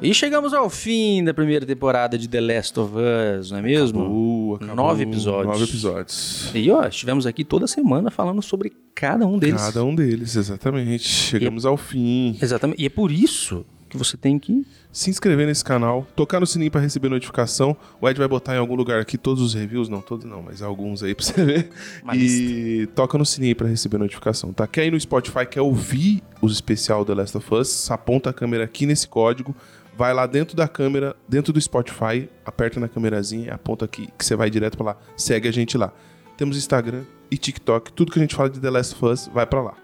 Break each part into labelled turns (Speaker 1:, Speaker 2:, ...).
Speaker 1: E chegamos ao fim da primeira temporada de The Last of Us, não é mesmo?
Speaker 2: Acabou, acabou.
Speaker 1: Nove episódios.
Speaker 2: Nove episódios.
Speaker 1: E ó, estivemos aqui toda semana falando sobre cada um deles.
Speaker 2: Cada um deles, exatamente. Chegamos ao fim.
Speaker 1: Exatamente. E é por isso que você tem que.
Speaker 2: Se inscrever nesse canal, tocar no sininho pra receber notificação. O Ed vai botar em algum lugar aqui todos os reviews, não todos não, mas alguns aí pra você ver.
Speaker 1: Uma
Speaker 2: e toca no sininho pra receber notificação, tá? Quer ir no Spotify, quer ouvir os especial The Last of Us, aponta a câmera aqui nesse código, vai lá dentro da câmera, dentro do Spotify, aperta na câmerazinha e aponta aqui que você vai direto pra lá. Segue a gente lá. Temos Instagram e TikTok, tudo que a gente fala de The Last of Us vai pra lá.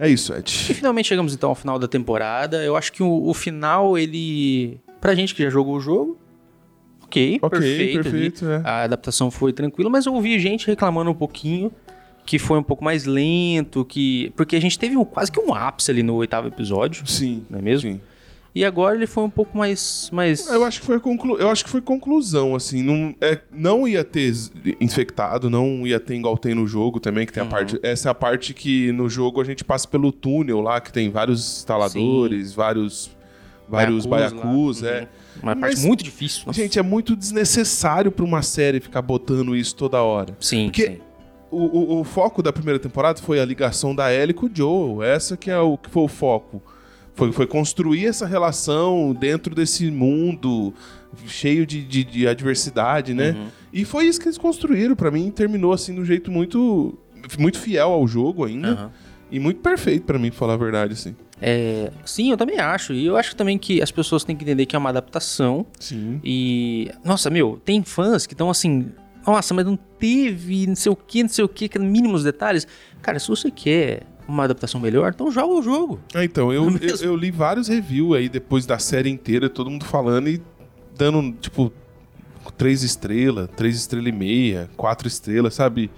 Speaker 2: É isso,
Speaker 1: E
Speaker 2: Ed.
Speaker 1: finalmente chegamos então ao final da temporada. Eu acho que o, o final, ele. Pra gente que já jogou o jogo, ok,
Speaker 2: Ok,
Speaker 1: perfeito. ali.
Speaker 2: perfeito, é.
Speaker 1: A adaptação foi tranquila, mas eu ouvi gente reclamando um pouquinho que foi um pouco mais lento, que. Porque a gente teve um- quase que um ápice ali no oitavo episódio.
Speaker 2: Sim. né?
Speaker 1: Não é mesmo?
Speaker 2: Sim.
Speaker 1: E agora ele foi um pouco mais. mais...
Speaker 2: Eu acho que foi, conclu... eu acho que foi conclusão, assim. Não, é, não ia ter z- infectado, não ia ter igual tem no jogo também, que tem a parte. Essa é a parte que no jogo a gente passa pelo túnel lá, que tem vários instaladores, vários. Vários
Speaker 1: Baiacus
Speaker 2: baiacus,
Speaker 1: lá. Uhum.
Speaker 2: é.
Speaker 1: Uma
Speaker 2: Mas-
Speaker 1: parte muito difícil. nossa.
Speaker 2: Gente, é muito desnecessário pra uma série ficar botando isso toda hora.
Speaker 1: sim,
Speaker 2: porque-
Speaker 1: sim.
Speaker 2: O, o- o foco da primeira temporada foi a ligação da Ellie com o Joel. Essa que é o que foi o foco. Foi, foi construir essa relação dentro desse mundo cheio de, de- de adversidade, né?
Speaker 1: Uhum.
Speaker 2: E foi isso que eles construíram. Pra mim, terminou assim de um jeito muito, muito fiel ao jogo ainda.
Speaker 1: Aham.
Speaker 2: E muito perfeito pra mim, pra falar a verdade, assim.
Speaker 1: É, sim, eu também acho. E eu acho também que as pessoas têm que entender que é uma adaptação.
Speaker 2: Sim.
Speaker 1: E. Nossa, meu, tem fãs que estão assim. Nossa, mas não teve, não sei o que, não sei o que, é mínimos detalhes. Cara, se você quer uma adaptação melhor, então joga o jogo.
Speaker 2: Ah, então, eu,
Speaker 1: Não é
Speaker 2: eu,
Speaker 1: mesmo?
Speaker 2: eu li vários reviews aí depois da série inteira, todo mundo falando e dando, tipo, três estrelas, três estrelas e meia, quatro estrelas, sabe?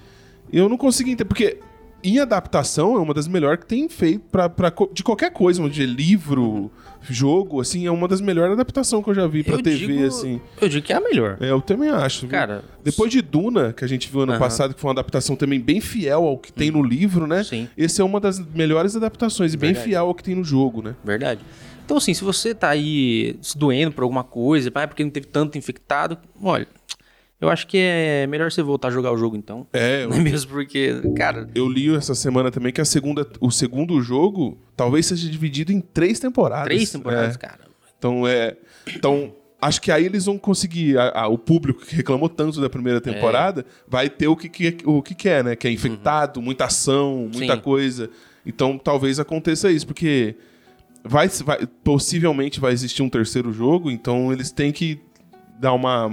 Speaker 2: E eu não consegui entender, porque em adaptação é uma das melhores que tem feito pra, pra, co- de qualquer coisa, de livro, jogo, assim, é uma das melhores adaptações que eu já vi pra
Speaker 1: eu
Speaker 2: TV,
Speaker 1: digo,
Speaker 2: assim.
Speaker 1: Eu digo que é a melhor.
Speaker 2: É, eu também acho. viu?
Speaker 1: Cara,
Speaker 2: Depois de Duna, que a gente viu ano
Speaker 1: Aham. Hum.
Speaker 2: passado, que foi uma adaptação também bem fiel ao que tem no livro, né?
Speaker 1: Sim.
Speaker 2: Esse é uma das melhores adaptações e bem
Speaker 1: Verdade.
Speaker 2: fiel ao que tem no jogo, né?
Speaker 1: Verdade. Então, assim, se você tá aí se doendo por alguma coisa, ah, porque não teve tanto infectado, olha, eu acho que é melhor você voltar a jogar o jogo então.
Speaker 2: É, eu,
Speaker 1: Não é mesmo? Porque, cara,
Speaker 2: eu li essa semana também que a segunda, o segundo jogo talvez seja dividido em três temporadas.
Speaker 1: três temporadas, cara.
Speaker 2: É, então, é, então, acho que aí eles vão conseguir. a- a- o público que reclamou tanto da primeira
Speaker 1: É.
Speaker 2: temporada vai ter o que, que- o que quer, né? Que é infectado, muita ação, muita
Speaker 1: Uhum. Sim.
Speaker 2: coisa. Então, talvez aconteça isso, porque vai, vai- possivelmente vai existir um terceiro jogo, então eles têm que dar uma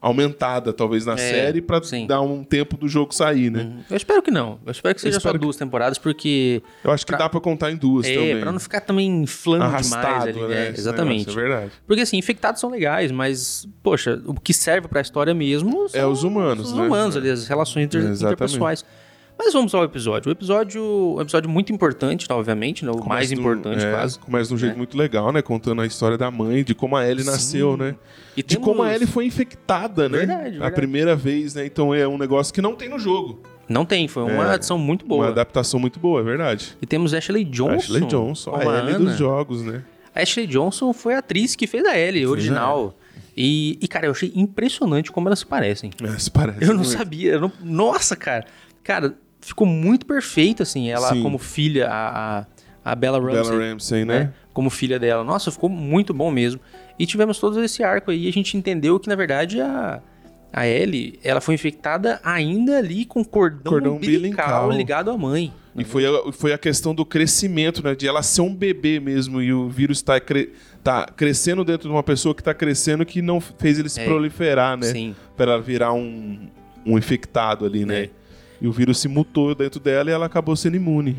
Speaker 2: aumentada, talvez, na
Speaker 1: É,
Speaker 2: série pra
Speaker 1: sim. Uhum.
Speaker 2: dar um tempo do jogo sair, né?
Speaker 1: Eu espero que não. Eu espero que seja só
Speaker 2: espero que-
Speaker 1: duas temporadas, porque.
Speaker 2: Eu acho que dá pra contar em duas
Speaker 1: É,
Speaker 2: também.
Speaker 1: pra não ficar também inflando demais
Speaker 2: Arrastado,
Speaker 1: ali,
Speaker 2: né?
Speaker 1: né?
Speaker 2: esse
Speaker 1: Exatamente.
Speaker 2: negócio, é verdade.
Speaker 1: Porque assim, infectados são legais, mas, poxa, o que serve pra história mesmo são
Speaker 2: É os humanos,
Speaker 1: os
Speaker 2: né?
Speaker 1: humanos ali, as relações inter-
Speaker 2: Exatamente.
Speaker 1: interpessoais. Mas vamos ao episódio. O episódio é um episódio muito importante, tá, obviamente, né? o
Speaker 2: Começa
Speaker 1: mais
Speaker 2: de um-
Speaker 1: importante
Speaker 2: é,
Speaker 1: quase.
Speaker 2: Começa de um jeito muito legal, né? Contando a história da mãe, de como a Ellie nasceu, né?
Speaker 1: E
Speaker 2: De como a
Speaker 1: temos-
Speaker 2: Ellie foi infectada, né?
Speaker 1: Verdade,
Speaker 2: A
Speaker 1: verdade.
Speaker 2: primeira vez, né? Então é um negócio que não tem no jogo.
Speaker 1: Não tem, foi uma
Speaker 2: É,
Speaker 1: adição muito boa.
Speaker 2: Uma adaptação muito boa, é verdade.
Speaker 1: E temos Ashley Johnson.
Speaker 2: Ashley Johnson, a
Speaker 1: como
Speaker 2: Ellie
Speaker 1: Ana.
Speaker 2: dos jogos, né?
Speaker 1: A Ashley Johnson foi a atriz que fez a Ellie, original. E, e, cara, eu achei impressionante como elas se parecem.
Speaker 2: Mas É, parece
Speaker 1: Eu não
Speaker 2: muito.
Speaker 1: sabia. eu não- Nossa, cara. Cara, ficou muito perfeito, assim, ela
Speaker 2: Sim.
Speaker 1: como filha, a, a, a Bella Ramsey,
Speaker 2: Bella Ramsey,
Speaker 1: né?
Speaker 2: né?
Speaker 1: Como filha dela. Nossa, ficou muito bom mesmo. E tivemos todo esse arco aí. E a gente entendeu que, na verdade, a, a Ellie, ela foi infectada ainda ali com cordão,
Speaker 2: Cordão
Speaker 1: umbilical,
Speaker 2: umbilical.
Speaker 1: ligado à mãe.
Speaker 2: E foi a, foi a questão do crescimento, né? De ela ser um bebê mesmo e o vírus tá, cre- tá crescendo dentro de uma pessoa que tá crescendo que não fez ele se
Speaker 1: É.
Speaker 2: proliferar, né?
Speaker 1: Sim.
Speaker 2: Pra ela virar um, um infectado ali, né?
Speaker 1: É.
Speaker 2: E o vírus se mutou dentro dela e ela acabou sendo imune.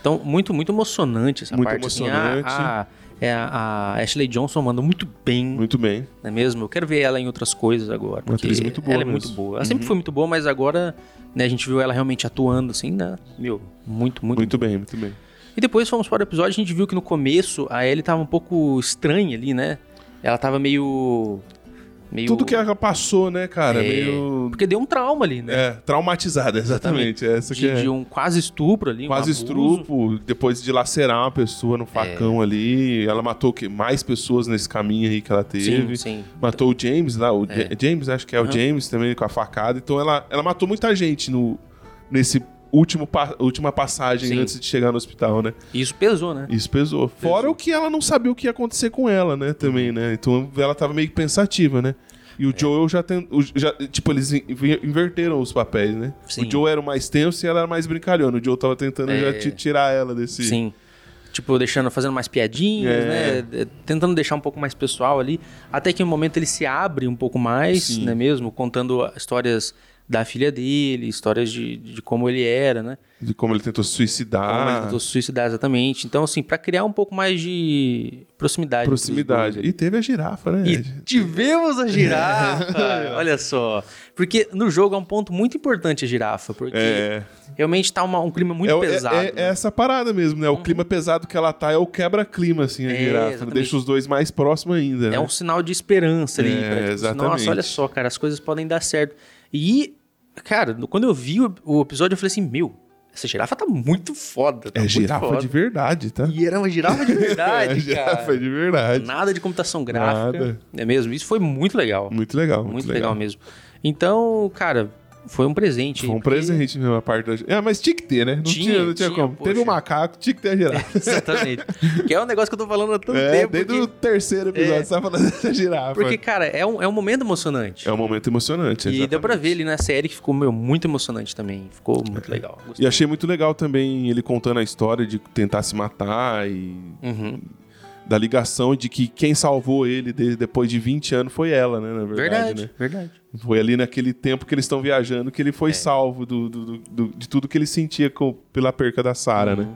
Speaker 1: Então, muito, muito emocionante essa
Speaker 2: Muito
Speaker 1: parte. assim. A-
Speaker 2: emocionante.
Speaker 1: A, é, a Ashley Johnson mandou muito bem.
Speaker 2: Muito bem.
Speaker 1: não é mesmo? Eu quero ver ela em outras coisas agora.
Speaker 2: Uma
Speaker 1: porque
Speaker 2: atriz muito boa
Speaker 1: Ela é
Speaker 2: mesmo. Uhum.
Speaker 1: muito boa. Ela sempre foi muito boa, mas agora né, a gente viu ela realmente atuando, assim, né? Meu, muito, muito.
Speaker 2: Muito bem, muito bem.
Speaker 1: E depois fomos para o episódio, a gente viu que no começo a Ellie tava um pouco estranha ali, né? Ela tava meio. Meio...
Speaker 2: Tudo que ela passou, né,
Speaker 1: É,
Speaker 2: cara? Meio.
Speaker 1: Porque deu um trauma ali, né?
Speaker 2: É, traumatizada, exatamente. Essa que
Speaker 1: De,
Speaker 2: é.
Speaker 1: de um quase estupro ali. um
Speaker 2: Quase
Speaker 1: abuso. É.
Speaker 2: estrupo, depois de lacerar uma pessoa no facão ali. Ela matou o quê? mais pessoas nesse caminho aí que ela teve.
Speaker 1: Sim, sim.
Speaker 2: Matou o James lá, o
Speaker 1: É.
Speaker 2: Ja- James, acho que é o James também, com a facada. Então ela, ela matou muita gente no, nesse último pa- última passagem
Speaker 1: Sim.
Speaker 2: antes de chegar no hospital, né?
Speaker 1: E Isso pesou, né?
Speaker 2: Isso pesou. Fora o que ela não sabia o que ia acontecer com ela, né? Também, né? Então ela tava meio que pensativa, né? E o
Speaker 1: É.
Speaker 2: Joel já tem. o- já- tipo, eles in- in- inverteram os papéis, né?
Speaker 1: Sim.
Speaker 2: O Joel era o mais tenso e ela era mais brincalhona. O Joel tava tentando
Speaker 1: É.
Speaker 2: já ti- tirar ela desse.
Speaker 1: Sim. Tipo, deixando, fazendo mais piadinhas,
Speaker 2: É.
Speaker 1: né? Eh, Tentando deixar um pouco mais pessoal ali. Até que em um momento ele se abre um pouco mais,
Speaker 2: Sim.
Speaker 1: né mesmo? Contando histórias da filha dele, histórias de, de como ele era, né?
Speaker 2: De como ele tentou se suicidar.
Speaker 1: Como ele tentou se suicidar exatamente. Então, assim, pra criar um pouco mais de proximidade. entre os
Speaker 2: Proximidade.
Speaker 1: dois
Speaker 2: E teve a girafa, né?
Speaker 1: ali. E tivemos a girafa! Olha só. Porque no jogo é um ponto muito importante a girafa, porque
Speaker 2: É.
Speaker 1: realmente tá uma- um clima muito
Speaker 2: É o- é-
Speaker 1: pesado.
Speaker 2: É, é
Speaker 1: né? Uhum.
Speaker 2: essa parada mesmo, né? O clima pesado que ela tá é o quebra-clima, assim, a
Speaker 1: É,
Speaker 2: girafa.
Speaker 1: exatamente.
Speaker 2: Deixa os dois mais próximos ainda. né?
Speaker 1: É um sinal de esperança ali.
Speaker 2: É,
Speaker 1: pra, tipo,
Speaker 2: exatamente.
Speaker 1: Nossa, olha só, cara, as coisas podem dar certo. E, cara, no- quando eu vi o, o episódio, eu falei assim, meu, essa girafa tá muito foda. Tá
Speaker 2: É
Speaker 1: muito
Speaker 2: girafa
Speaker 1: foda.
Speaker 2: de verdade, tá?
Speaker 1: E era uma girafa de verdade,
Speaker 2: é girafa
Speaker 1: cara.
Speaker 2: de verdade.
Speaker 1: Nada de computação gráfica.
Speaker 2: Nada.
Speaker 1: É mesmo, isso foi muito legal. Muito,
Speaker 2: Muito legal, muito,
Speaker 1: legal. mesmo. Então, cara, foi um presente.
Speaker 2: Foi um
Speaker 1: porque-
Speaker 2: presente mesmo a parte da. É, mas tinha que ter, né? Não tinha,
Speaker 1: Tinha,
Speaker 2: não tinha,
Speaker 1: tinha,
Speaker 2: como.
Speaker 1: poxa.
Speaker 2: Teve um macaco, tinha que ter a girafa.
Speaker 1: Exatamente. que é um negócio que eu tô falando há tanto
Speaker 2: É,
Speaker 1: tempo.
Speaker 2: desde
Speaker 1: que-
Speaker 2: o terceiro episódio,
Speaker 1: É.
Speaker 2: você tá falando dessa girafa.
Speaker 1: Porque, cara, é um, é um momento emocionante.
Speaker 2: É um momento emocionante.
Speaker 1: E deu
Speaker 2: exatamente. É.
Speaker 1: pra ver ali na série que ficou meu, muito emocionante também. Ficou muito legal. Gostei.
Speaker 2: E achei muito legal também ele contando a história de tentar se matar e
Speaker 1: Uhum.
Speaker 2: da ligação de que quem salvou ele de- depois de 20 anos foi ela, né? Na verdade,
Speaker 1: Verdade,
Speaker 2: né?
Speaker 1: verdade.
Speaker 2: Foi ali naquele tempo que eles estão viajando que ele
Speaker 1: É.
Speaker 2: foi salvo do, do- do- do- de tudo que ele sentia com- pela perca da Sarah,
Speaker 1: Uhum.
Speaker 2: né?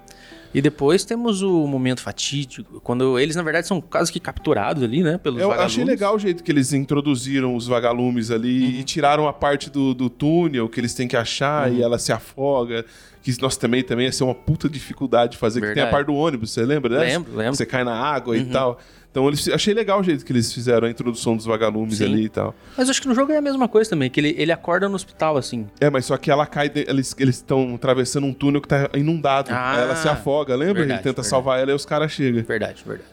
Speaker 1: E depois temos o momento fatídico, quando eles, na verdade, são quase que capturados ali, né? Pelos
Speaker 2: Eu
Speaker 1: vagalumes. Uhum.
Speaker 2: achei legal o jeito que eles introduziram os vagalumes ali e tiraram a parte do, do túnel que eles têm que achar
Speaker 1: Uhum.
Speaker 2: e ela se afoga. Que nós também, também ia ser uma puta dificuldade de fazer, que tem a
Speaker 1: Verdade.
Speaker 2: parte do ônibus, você lembra dessa?
Speaker 1: Lembro, lembro. Uhum.
Speaker 2: Você cai na água e tal. Então eles, achei legal o jeito que eles fizeram a introdução dos vagalumes
Speaker 1: Sim.
Speaker 2: ali e tal.
Speaker 1: Mas acho que no jogo é a mesma coisa também, que ele, ele acorda no hospital, assim.
Speaker 2: É, mas só que ela cai, de- eles eles estão atravessando um túnel que tá inundado.
Speaker 1: Ah,
Speaker 2: Aí ela se afoga, lembra?
Speaker 1: verdade,
Speaker 2: Ele tenta
Speaker 1: verdade.
Speaker 2: salvar ela e os caras chegam.
Speaker 1: Verdade, verdade.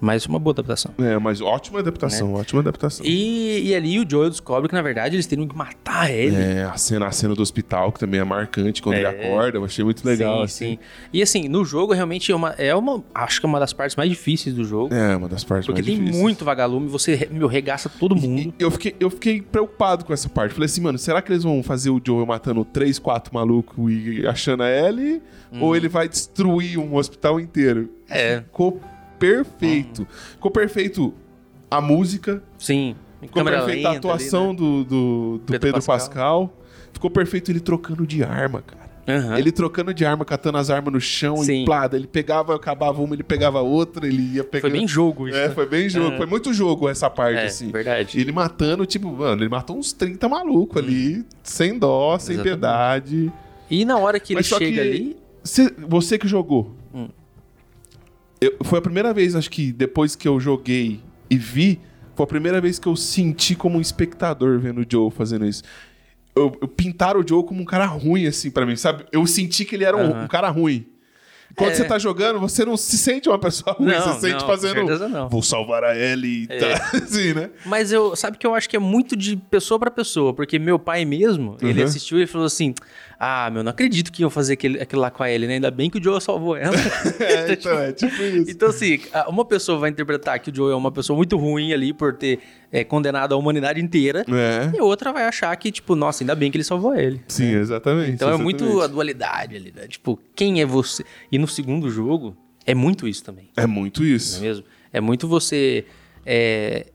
Speaker 1: Mas uma boa adaptação.
Speaker 2: É, mas ótima adaptação, ótima adaptação.
Speaker 1: Né? E, e ali o Joel descobre que, na verdade, eles teriam que matar ele.
Speaker 2: É, a cena, a cena do hospital, que também é marcante quando
Speaker 1: É.
Speaker 2: ele acorda, eu achei muito legal.
Speaker 1: sim,
Speaker 2: assim.
Speaker 1: sim. E assim, no jogo realmente é uma, é uma. Acho que é uma das partes mais difíceis do jogo.
Speaker 2: É, uma das partes
Speaker 1: porque
Speaker 2: mais
Speaker 1: tem
Speaker 2: difíceis.
Speaker 1: muito vagalume, você re- meu, regaça todo mundo.
Speaker 2: E Eu fiquei, eu fiquei preocupado com essa parte. Falei assim, mano, será que eles vão fazer o Joel matando três, quatro malucos e achando a Ellie? Ou ele vai destruir um hospital inteiro?
Speaker 1: Hum. É. Hum.
Speaker 2: Ficou perfeito. Ficou perfeito a música,
Speaker 1: Sim. em
Speaker 2: ficou
Speaker 1: câmera
Speaker 2: perfeita a
Speaker 1: lenta ali,
Speaker 2: atuação
Speaker 1: né?
Speaker 2: do, do, do Pedro,
Speaker 1: Pedro
Speaker 2: Pascal. Ficou perfeito ele trocando de arma, cara.
Speaker 1: né? Aham.
Speaker 2: Ele trocando de arma, catando as armas no chão e
Speaker 1: Sim.
Speaker 2: plada. Ele pegava, acabava uma, ele pegava outra, ele ia pegando.
Speaker 1: Foi bem jogo isso.
Speaker 2: É,
Speaker 1: né?
Speaker 2: foi bem jogo. Foi muito jogo essa parte,
Speaker 1: É,
Speaker 2: assim.
Speaker 1: verdade.
Speaker 2: Ele matando, tipo, mano, ele matou uns 30 malucos ali, sem dó, sem
Speaker 1: Hum. Exatamente.
Speaker 2: piedade.
Speaker 1: E na hora que ele
Speaker 2: Mas só
Speaker 1: chega
Speaker 2: que-
Speaker 1: ali.
Speaker 2: Cê- você que jogou.
Speaker 1: Hum.
Speaker 2: Eu- foi a primeira vez, acho que depois que eu joguei e vi, foi a primeira vez que eu senti como um espectador vendo o Joe fazendo isso. Eu, eu pintaram o Joe como um cara ruim, assim, pra mim, sabe? Eu senti que ele era um,
Speaker 1: Aham.
Speaker 2: um cara ruim. Quando
Speaker 1: É.
Speaker 2: você tá jogando, você não se sente uma pessoa ruim,
Speaker 1: Não,
Speaker 2: você se sente
Speaker 1: não, com
Speaker 2: fazendo.
Speaker 1: certeza não. É.
Speaker 2: Vou salvar a Ellie e tal. Assim, né?
Speaker 1: Mas eu, sabe que eu acho que é muito de pessoa pra pessoa, porque meu pai mesmo, ele
Speaker 2: Uhum.
Speaker 1: assistiu e falou assim: Ah, meu, não acredito que iam fazer aquele, aquilo lá com a Ellie, né? Ainda bem que o Joel salvou ela.
Speaker 2: É, então, é tipo isso.
Speaker 1: Então, assim, a- uma pessoa vai interpretar que o Joel é uma pessoa muito ruim ali por ter é, condenado a humanidade inteira,
Speaker 2: É.
Speaker 1: e outra vai achar que, tipo, nossa, ainda bem que ele salvou ele.
Speaker 2: Sim, exatamente.
Speaker 1: Então é
Speaker 2: exatamente.
Speaker 1: muito a dualidade ali, né? Tipo, quem é você? E no segundo jogo, é muito isso também,
Speaker 2: É muito
Speaker 1: não é
Speaker 2: isso.
Speaker 1: mesmo? É muito você é,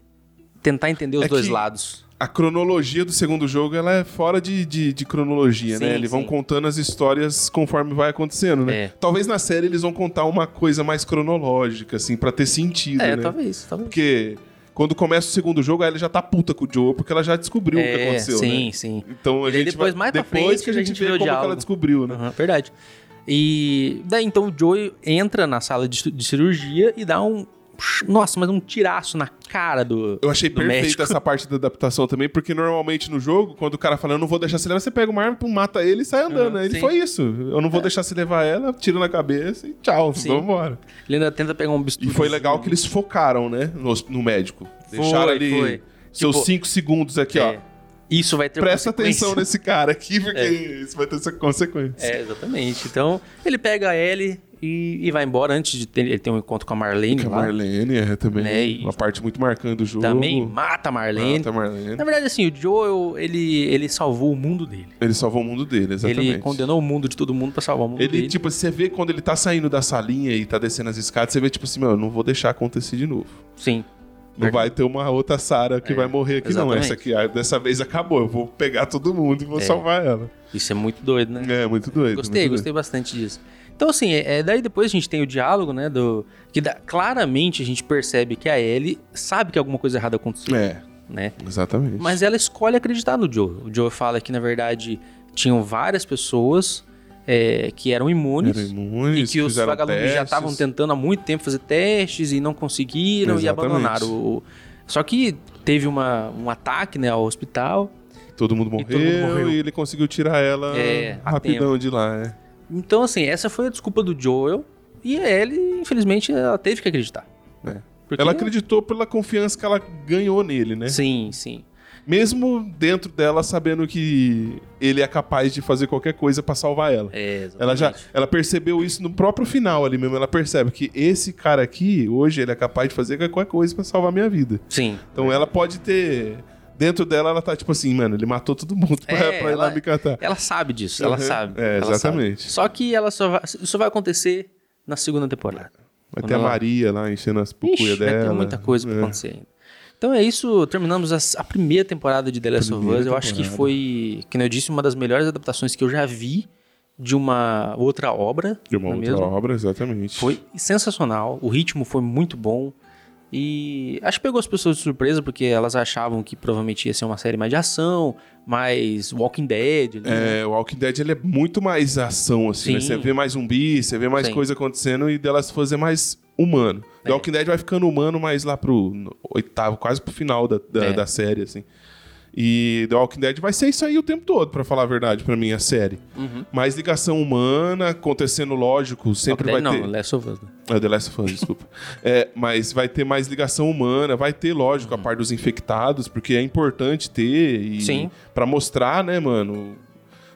Speaker 1: tentar entender os
Speaker 2: É
Speaker 1: dois
Speaker 2: que-
Speaker 1: lados.
Speaker 2: A cronologia do segundo jogo ela é fora de, de, de cronologia,
Speaker 1: Sim,
Speaker 2: né? Eles vão
Speaker 1: sim.
Speaker 2: contando as histórias conforme vai acontecendo, né?
Speaker 1: É.
Speaker 2: Talvez na série eles vão contar uma coisa mais cronológica, assim, pra ter sentido,
Speaker 1: É,
Speaker 2: né?
Speaker 1: talvez, talvez.
Speaker 2: Porque quando começa o segundo jogo, aí ela já tá puta com o Joe, porque ela já descobriu o que
Speaker 1: É,
Speaker 2: aconteceu,
Speaker 1: sim,
Speaker 2: né?
Speaker 1: sim.
Speaker 2: Então a
Speaker 1: E daí
Speaker 2: gente
Speaker 1: depois,
Speaker 2: vai-
Speaker 1: mais pra
Speaker 2: depois
Speaker 1: frente,
Speaker 2: que a gente, vê,
Speaker 1: o
Speaker 2: como que ela
Speaker 1: diálogo.
Speaker 2: descobriu, né?
Speaker 1: Aham, verdade. E daí então o Joey entra na sala de, de cirurgia e dá um nossa, mas um tiraço na cara do.
Speaker 2: Eu achei
Speaker 1: do
Speaker 2: perfeita
Speaker 1: México.
Speaker 2: essa parte da adaptação também, porque normalmente no jogo, quando o cara fala, eu não vou deixar você levar, você pega uma arma, pum, mata ele e sai andando. né?
Speaker 1: Uhum,
Speaker 2: ele
Speaker 1: sim. É.
Speaker 2: foi isso. Eu não vou deixar você levar ela, tiro na cabeça e tchau,
Speaker 1: Sim.
Speaker 2: vamos embora.
Speaker 1: Ele ainda tenta pegar um
Speaker 2: E
Speaker 1: bisturi.
Speaker 2: foi legal que eles focaram, né, no, no médico.
Speaker 1: Foi,
Speaker 2: Deixaram ali
Speaker 1: foi.
Speaker 2: seus
Speaker 1: Tipo,
Speaker 2: 5 segundos aqui, ó.
Speaker 1: É, Isso vai ter
Speaker 2: Presta
Speaker 1: consequência.
Speaker 2: atenção nesse cara aqui, porque
Speaker 1: É.
Speaker 2: isso vai ter essa consequência.
Speaker 1: É, exatamente. Então, ele pega a Ellie e, e vai embora antes de ter, ele ter um encontro com a Marlene.
Speaker 2: Que a
Speaker 1: lá.
Speaker 2: Marlene é também
Speaker 1: Né, e-
Speaker 2: uma parte muito marcante do jogo.
Speaker 1: Também mata a Marlene.
Speaker 2: Mata a Marlene.
Speaker 1: Na verdade, assim, o Joel, ele, ele salvou o mundo dele.
Speaker 2: Ele salvou o mundo dele, exatamente.
Speaker 1: Ele condenou o mundo de todo mundo pra salvar o mundo
Speaker 2: Ele,
Speaker 1: dele.
Speaker 2: tipo, você vê quando ele tá saindo da salinha e tá descendo as escadas, você vê, tipo assim, meu, eu não vou deixar acontecer de novo.
Speaker 1: Sim.
Speaker 2: Não
Speaker 1: Verdade.
Speaker 2: vai ter uma outra Sarah que
Speaker 1: É,
Speaker 2: vai morrer aqui, não.
Speaker 1: exatamente.
Speaker 2: Essa aqui, ah, dessa vez acabou. Eu vou pegar todo mundo e vou
Speaker 1: É.
Speaker 2: salvar ela.
Speaker 1: Isso é muito doido, né?
Speaker 2: É, muito doido.
Speaker 1: Gostei,
Speaker 2: muito
Speaker 1: gostei bastante disso. Então, assim, é, é, daí depois a gente tem o diálogo, né? Do, que dá- claramente a gente percebe que a Ellie sabe que alguma coisa errada aconteceu,
Speaker 2: doido. É,
Speaker 1: né?
Speaker 2: exatamente.
Speaker 1: Mas ela escolhe acreditar no Joe. O Joe fala que, na verdade, tinham várias pessoas é, que eram imunes.
Speaker 2: Eram imunes,
Speaker 1: e que os
Speaker 2: fizeram
Speaker 1: vagalumes já
Speaker 2: testes.
Speaker 1: estavam tentando há muito tempo fazer testes e não conseguiram e
Speaker 2: Exatamente.
Speaker 1: abandonaram. o- o- Só que teve uma, um ataque né, ao hospital.
Speaker 2: Todo mundo morreu
Speaker 1: E
Speaker 2: e,
Speaker 1: todo mundo morreu.
Speaker 2: ele conseguiu tirar ela
Speaker 1: É, a
Speaker 2: rapidão de lá, é.
Speaker 1: Então, assim, essa foi a desculpa do Joel. E ele, infelizmente, ela teve que acreditar.
Speaker 2: É.
Speaker 1: Porque-
Speaker 2: Ela acreditou pela confiança que ela ganhou nele, né?
Speaker 1: Sim, sim.
Speaker 2: Mesmo dentro dela sabendo que ele é capaz de fazer qualquer coisa pra salvar ela.
Speaker 1: É,
Speaker 2: Ela já
Speaker 1: exatamente.
Speaker 2: ela percebeu isso no próprio final ali mesmo. Ela percebe que esse cara aqui, hoje, ele é capaz de fazer qualquer coisa pra salvar minha vida.
Speaker 1: Sim.
Speaker 2: Então ela pode ter. Dentro dela, ela tá tipo assim, mano, ele matou todo mundo pra,
Speaker 1: É,
Speaker 2: pra ir lá
Speaker 1: ela-
Speaker 2: me catar.
Speaker 1: Ela sabe disso, ela
Speaker 2: Uhum.
Speaker 1: sabe.
Speaker 2: É,
Speaker 1: ela sabe.
Speaker 2: exatamente.
Speaker 1: Só que ela só vai, isso vai acontecer na segunda temporada.
Speaker 2: Vai
Speaker 1: Quando
Speaker 2: ter a
Speaker 1: ela-
Speaker 2: Maria lá enchendo as
Speaker 1: Ixi,
Speaker 2: pucuias
Speaker 1: vai
Speaker 2: dela.
Speaker 1: ter muita coisa pra
Speaker 2: É.
Speaker 1: acontecer ainda. Então é isso, terminamos a, a primeira temporada de The Last of
Speaker 2: Primeira
Speaker 1: Us. Eu acho que
Speaker 2: temporada.
Speaker 1: foi, como eu disse, uma das melhores adaptações que eu já vi de uma outra obra.
Speaker 2: De uma
Speaker 1: não é
Speaker 2: outra
Speaker 1: mesmo?
Speaker 2: obra, exatamente.
Speaker 1: Foi sensacional, o ritmo foi muito bom. E acho que pegou as pessoas de surpresa, porque elas achavam que provavelmente ia ser uma série mais de ação, mais Walking Dead. ali, né?
Speaker 2: É, o Walking Dead ele é muito mais ação, assim, né?
Speaker 1: Sim.
Speaker 2: Você vê mais zumbi, você vê mais
Speaker 1: Sim.
Speaker 2: coisa acontecendo e delas fazer é mais humano. O
Speaker 1: É.
Speaker 2: Walking Dead vai ficando humano mais lá pro no- oitavo, quase pro final da, da,
Speaker 1: É.
Speaker 2: da série, assim. E The Walking Dead vai ser isso aí o tempo todo, pra falar a verdade, pra mim, a série.
Speaker 1: Uhum.
Speaker 2: Mais ligação humana, acontecendo lógico, sempre
Speaker 1: Walking Dead
Speaker 2: vai
Speaker 1: não,
Speaker 2: ter.
Speaker 1: Last of Us. né?
Speaker 2: É, The Last of Us, desculpa. É, mas vai ter mais ligação humana, vai ter, lógico, a
Speaker 1: Uhum.
Speaker 2: parte dos infectados, porque é importante ter e
Speaker 1: Sim.
Speaker 2: para mostrar, né, mano?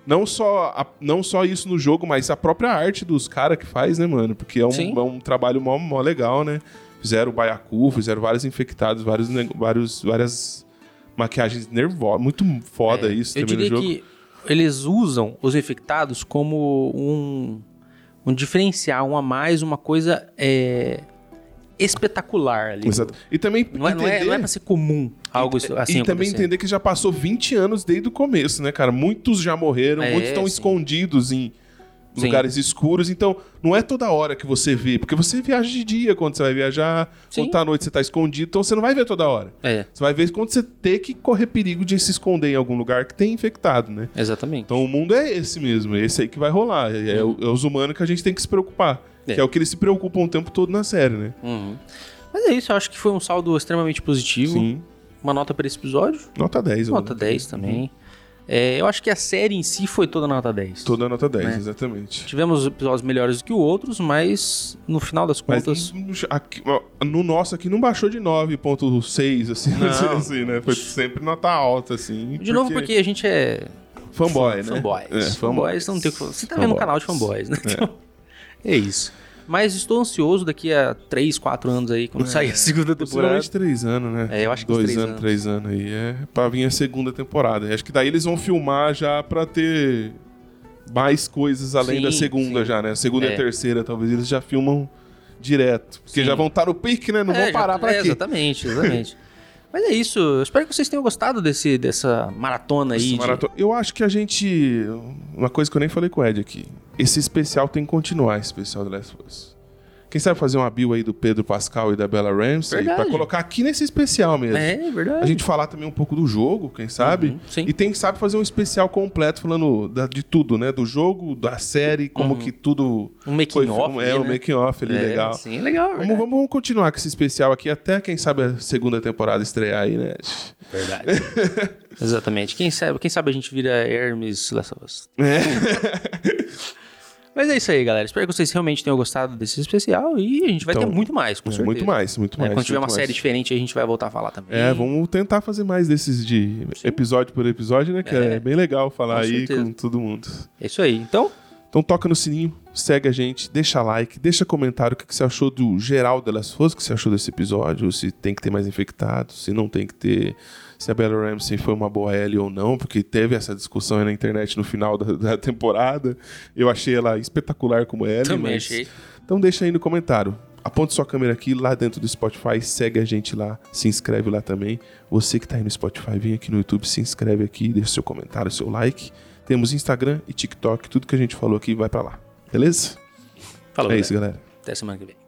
Speaker 2: Não só, a- não só isso no jogo, mas a própria arte dos caras que faz, né, mano? Porque é um,
Speaker 1: Sim.
Speaker 2: é um trabalho mó, mó legal, né? Fizeram o Baiacu, fizeram vários infectados, vários, nego- vários, várias maquiagens nervosas. Muito foda
Speaker 1: É,
Speaker 2: isso
Speaker 1: Eu
Speaker 2: também no
Speaker 1: diria
Speaker 2: jogo.
Speaker 1: que eles usam os infectados como um, um diferencial, um a mais, uma coisa é, espetacular ali.
Speaker 2: Exato. E também
Speaker 1: Não é, não, é, não é
Speaker 2: entender-
Speaker 1: pra ser comum algo assim
Speaker 2: e também
Speaker 1: acontecer.
Speaker 2: entender que já passou 20 anos desde o começo, né, cara? Muitos já morreram,
Speaker 1: É,
Speaker 2: muitos estão
Speaker 1: sim.
Speaker 2: escondidos em
Speaker 1: Sim.
Speaker 2: lugares escuros. Então, não é toda hora que você vê, porque você viaja de dia quando você vai viajar,
Speaker 1: Sim.
Speaker 2: quando tá à noite você tá escondido, então você não vai ver toda hora.
Speaker 1: É,
Speaker 2: Você vai ver quando você ter que correr perigo de se esconder em algum lugar que tem infectado, né?
Speaker 1: exatamente.
Speaker 2: Então o mundo é esse mesmo, é esse aí que vai rolar. É, é o- é os humanos que a gente tem que se preocupar.
Speaker 1: É.
Speaker 2: Que é o que eles se preocupam o tempo todo na série, né?
Speaker 1: Uhum. Mas é isso, eu acho que foi um saldo extremamente positivo.
Speaker 2: Sim.
Speaker 1: Uma nota pra esse episódio.
Speaker 2: Nota 10. eu
Speaker 1: Nota
Speaker 2: dou.
Speaker 1: 10 também. É, eu acho que a série em si foi toda nota 10.
Speaker 2: Toda nota 10,
Speaker 1: Né?
Speaker 2: exatamente.
Speaker 1: Tivemos episódios melhores do que outros, mas no final das
Speaker 2: Mas
Speaker 1: contas.
Speaker 2: não- não- aqui- no nosso aqui não baixou de 9.6, assim,
Speaker 1: Não.
Speaker 2: assim, né? Foi sempre nota alta, assim.
Speaker 1: De novo, porque a gente é
Speaker 2: Fanboy, né?
Speaker 1: Fanboys.
Speaker 2: É,
Speaker 1: fanboys não tem o que falar. Você tá vendo um canal de fanboys, né? Então, é isso. Mas estou ansioso daqui a 3, 4 anos aí, quando é, sair a
Speaker 2: assim,
Speaker 1: segunda temporada.
Speaker 2: É. Possivelmente três anos, né?
Speaker 1: É, eu acho que uns
Speaker 2: Dois
Speaker 1: três
Speaker 2: anos,
Speaker 1: anos.
Speaker 2: três anos aí. É pra vir a segunda temporada. Acho que daí eles vão filmar já pra ter mais coisas além
Speaker 1: Sim,
Speaker 2: da segunda
Speaker 1: sim.
Speaker 2: já, né? Segunda
Speaker 1: É.
Speaker 2: e terceira, talvez eles já filmam direto. Porque
Speaker 1: Sim.
Speaker 2: já vão estar no pique, né? Não
Speaker 1: É,
Speaker 2: vão parar
Speaker 1: já,
Speaker 2: pra
Speaker 1: é,
Speaker 2: quê?
Speaker 1: Exatamente, exatamente. Mas é isso. Eu espero que vocês tenham gostado desse, dessa maratona aí.
Speaker 2: Essa
Speaker 1: de-
Speaker 2: maratona- Eu acho que a gente. Uma coisa que eu nem falei com o Ed aqui. Esse especial tem que continuar, esse especial do Last of Us. Quem sabe fazer uma bio aí do Pedro Pascal e da Bella Ramsey
Speaker 1: Verdade.
Speaker 2: pra colocar aqui nesse especial mesmo.
Speaker 1: É, verdade.
Speaker 2: A gente falar também um pouco do jogo, quem sabe?
Speaker 1: Uhum, sim.
Speaker 2: E tem que sabe fazer um especial completo falando da- de tudo, né? Do jogo, da série, como que tudo
Speaker 1: Um making
Speaker 2: foi
Speaker 1: off
Speaker 2: filme-
Speaker 1: ali,
Speaker 2: É, o
Speaker 1: né?
Speaker 2: making off ali,
Speaker 1: É,
Speaker 2: legal.
Speaker 1: Sim, legal.
Speaker 2: Vamos,
Speaker 1: verdade.
Speaker 2: vamos- vamos continuar com esse especial aqui até, quem sabe, a segunda temporada estrear aí, né?
Speaker 1: Verdade. Exatamente. Quem sabe, quem sabe a gente vira Hermes Last of Us. Mas é isso aí, galera. Espero que vocês realmente tenham gostado desse especial e a gente vai
Speaker 2: Então,
Speaker 1: ter muito mais, com certeza.
Speaker 2: Muito mais, muito
Speaker 1: É,
Speaker 2: mais.
Speaker 1: quando tiver uma
Speaker 2: muito
Speaker 1: série
Speaker 2: mais.
Speaker 1: diferente, a gente vai voltar a falar também.
Speaker 2: É, vamos tentar fazer mais desses de episódio por episódio, né? Que é,
Speaker 1: É.
Speaker 2: bem legal falar
Speaker 1: Com
Speaker 2: aí
Speaker 1: certeza.
Speaker 2: com todo mundo.
Speaker 1: É isso aí. Então,
Speaker 2: Então toca no sininho, segue a gente, deixa like, deixa comentário o que que você achou do geral de Last of Us, o que você achou desse episódio, se tem que ter mais infectados, se não tem que ter, se a Bella Ramsey foi uma boa L ou não, porque teve essa discussão aí na internet no final da, da temporada. Eu achei ela espetacular como L,
Speaker 1: também
Speaker 2: mas...
Speaker 1: achei.
Speaker 2: Então deixa aí no comentário. Aponta sua câmera aqui lá dentro do Spotify, segue a gente lá, se inscreve lá também. Você que tá aí no Spotify, vem aqui no YouTube, se inscreve aqui, deixa seu comentário, seu like. Temos Instagram e TikTok, tudo que a gente falou aqui vai pra lá. Beleza?
Speaker 1: Falou,
Speaker 2: é
Speaker 1: galera.
Speaker 2: isso, galera.
Speaker 1: Até semana que vem.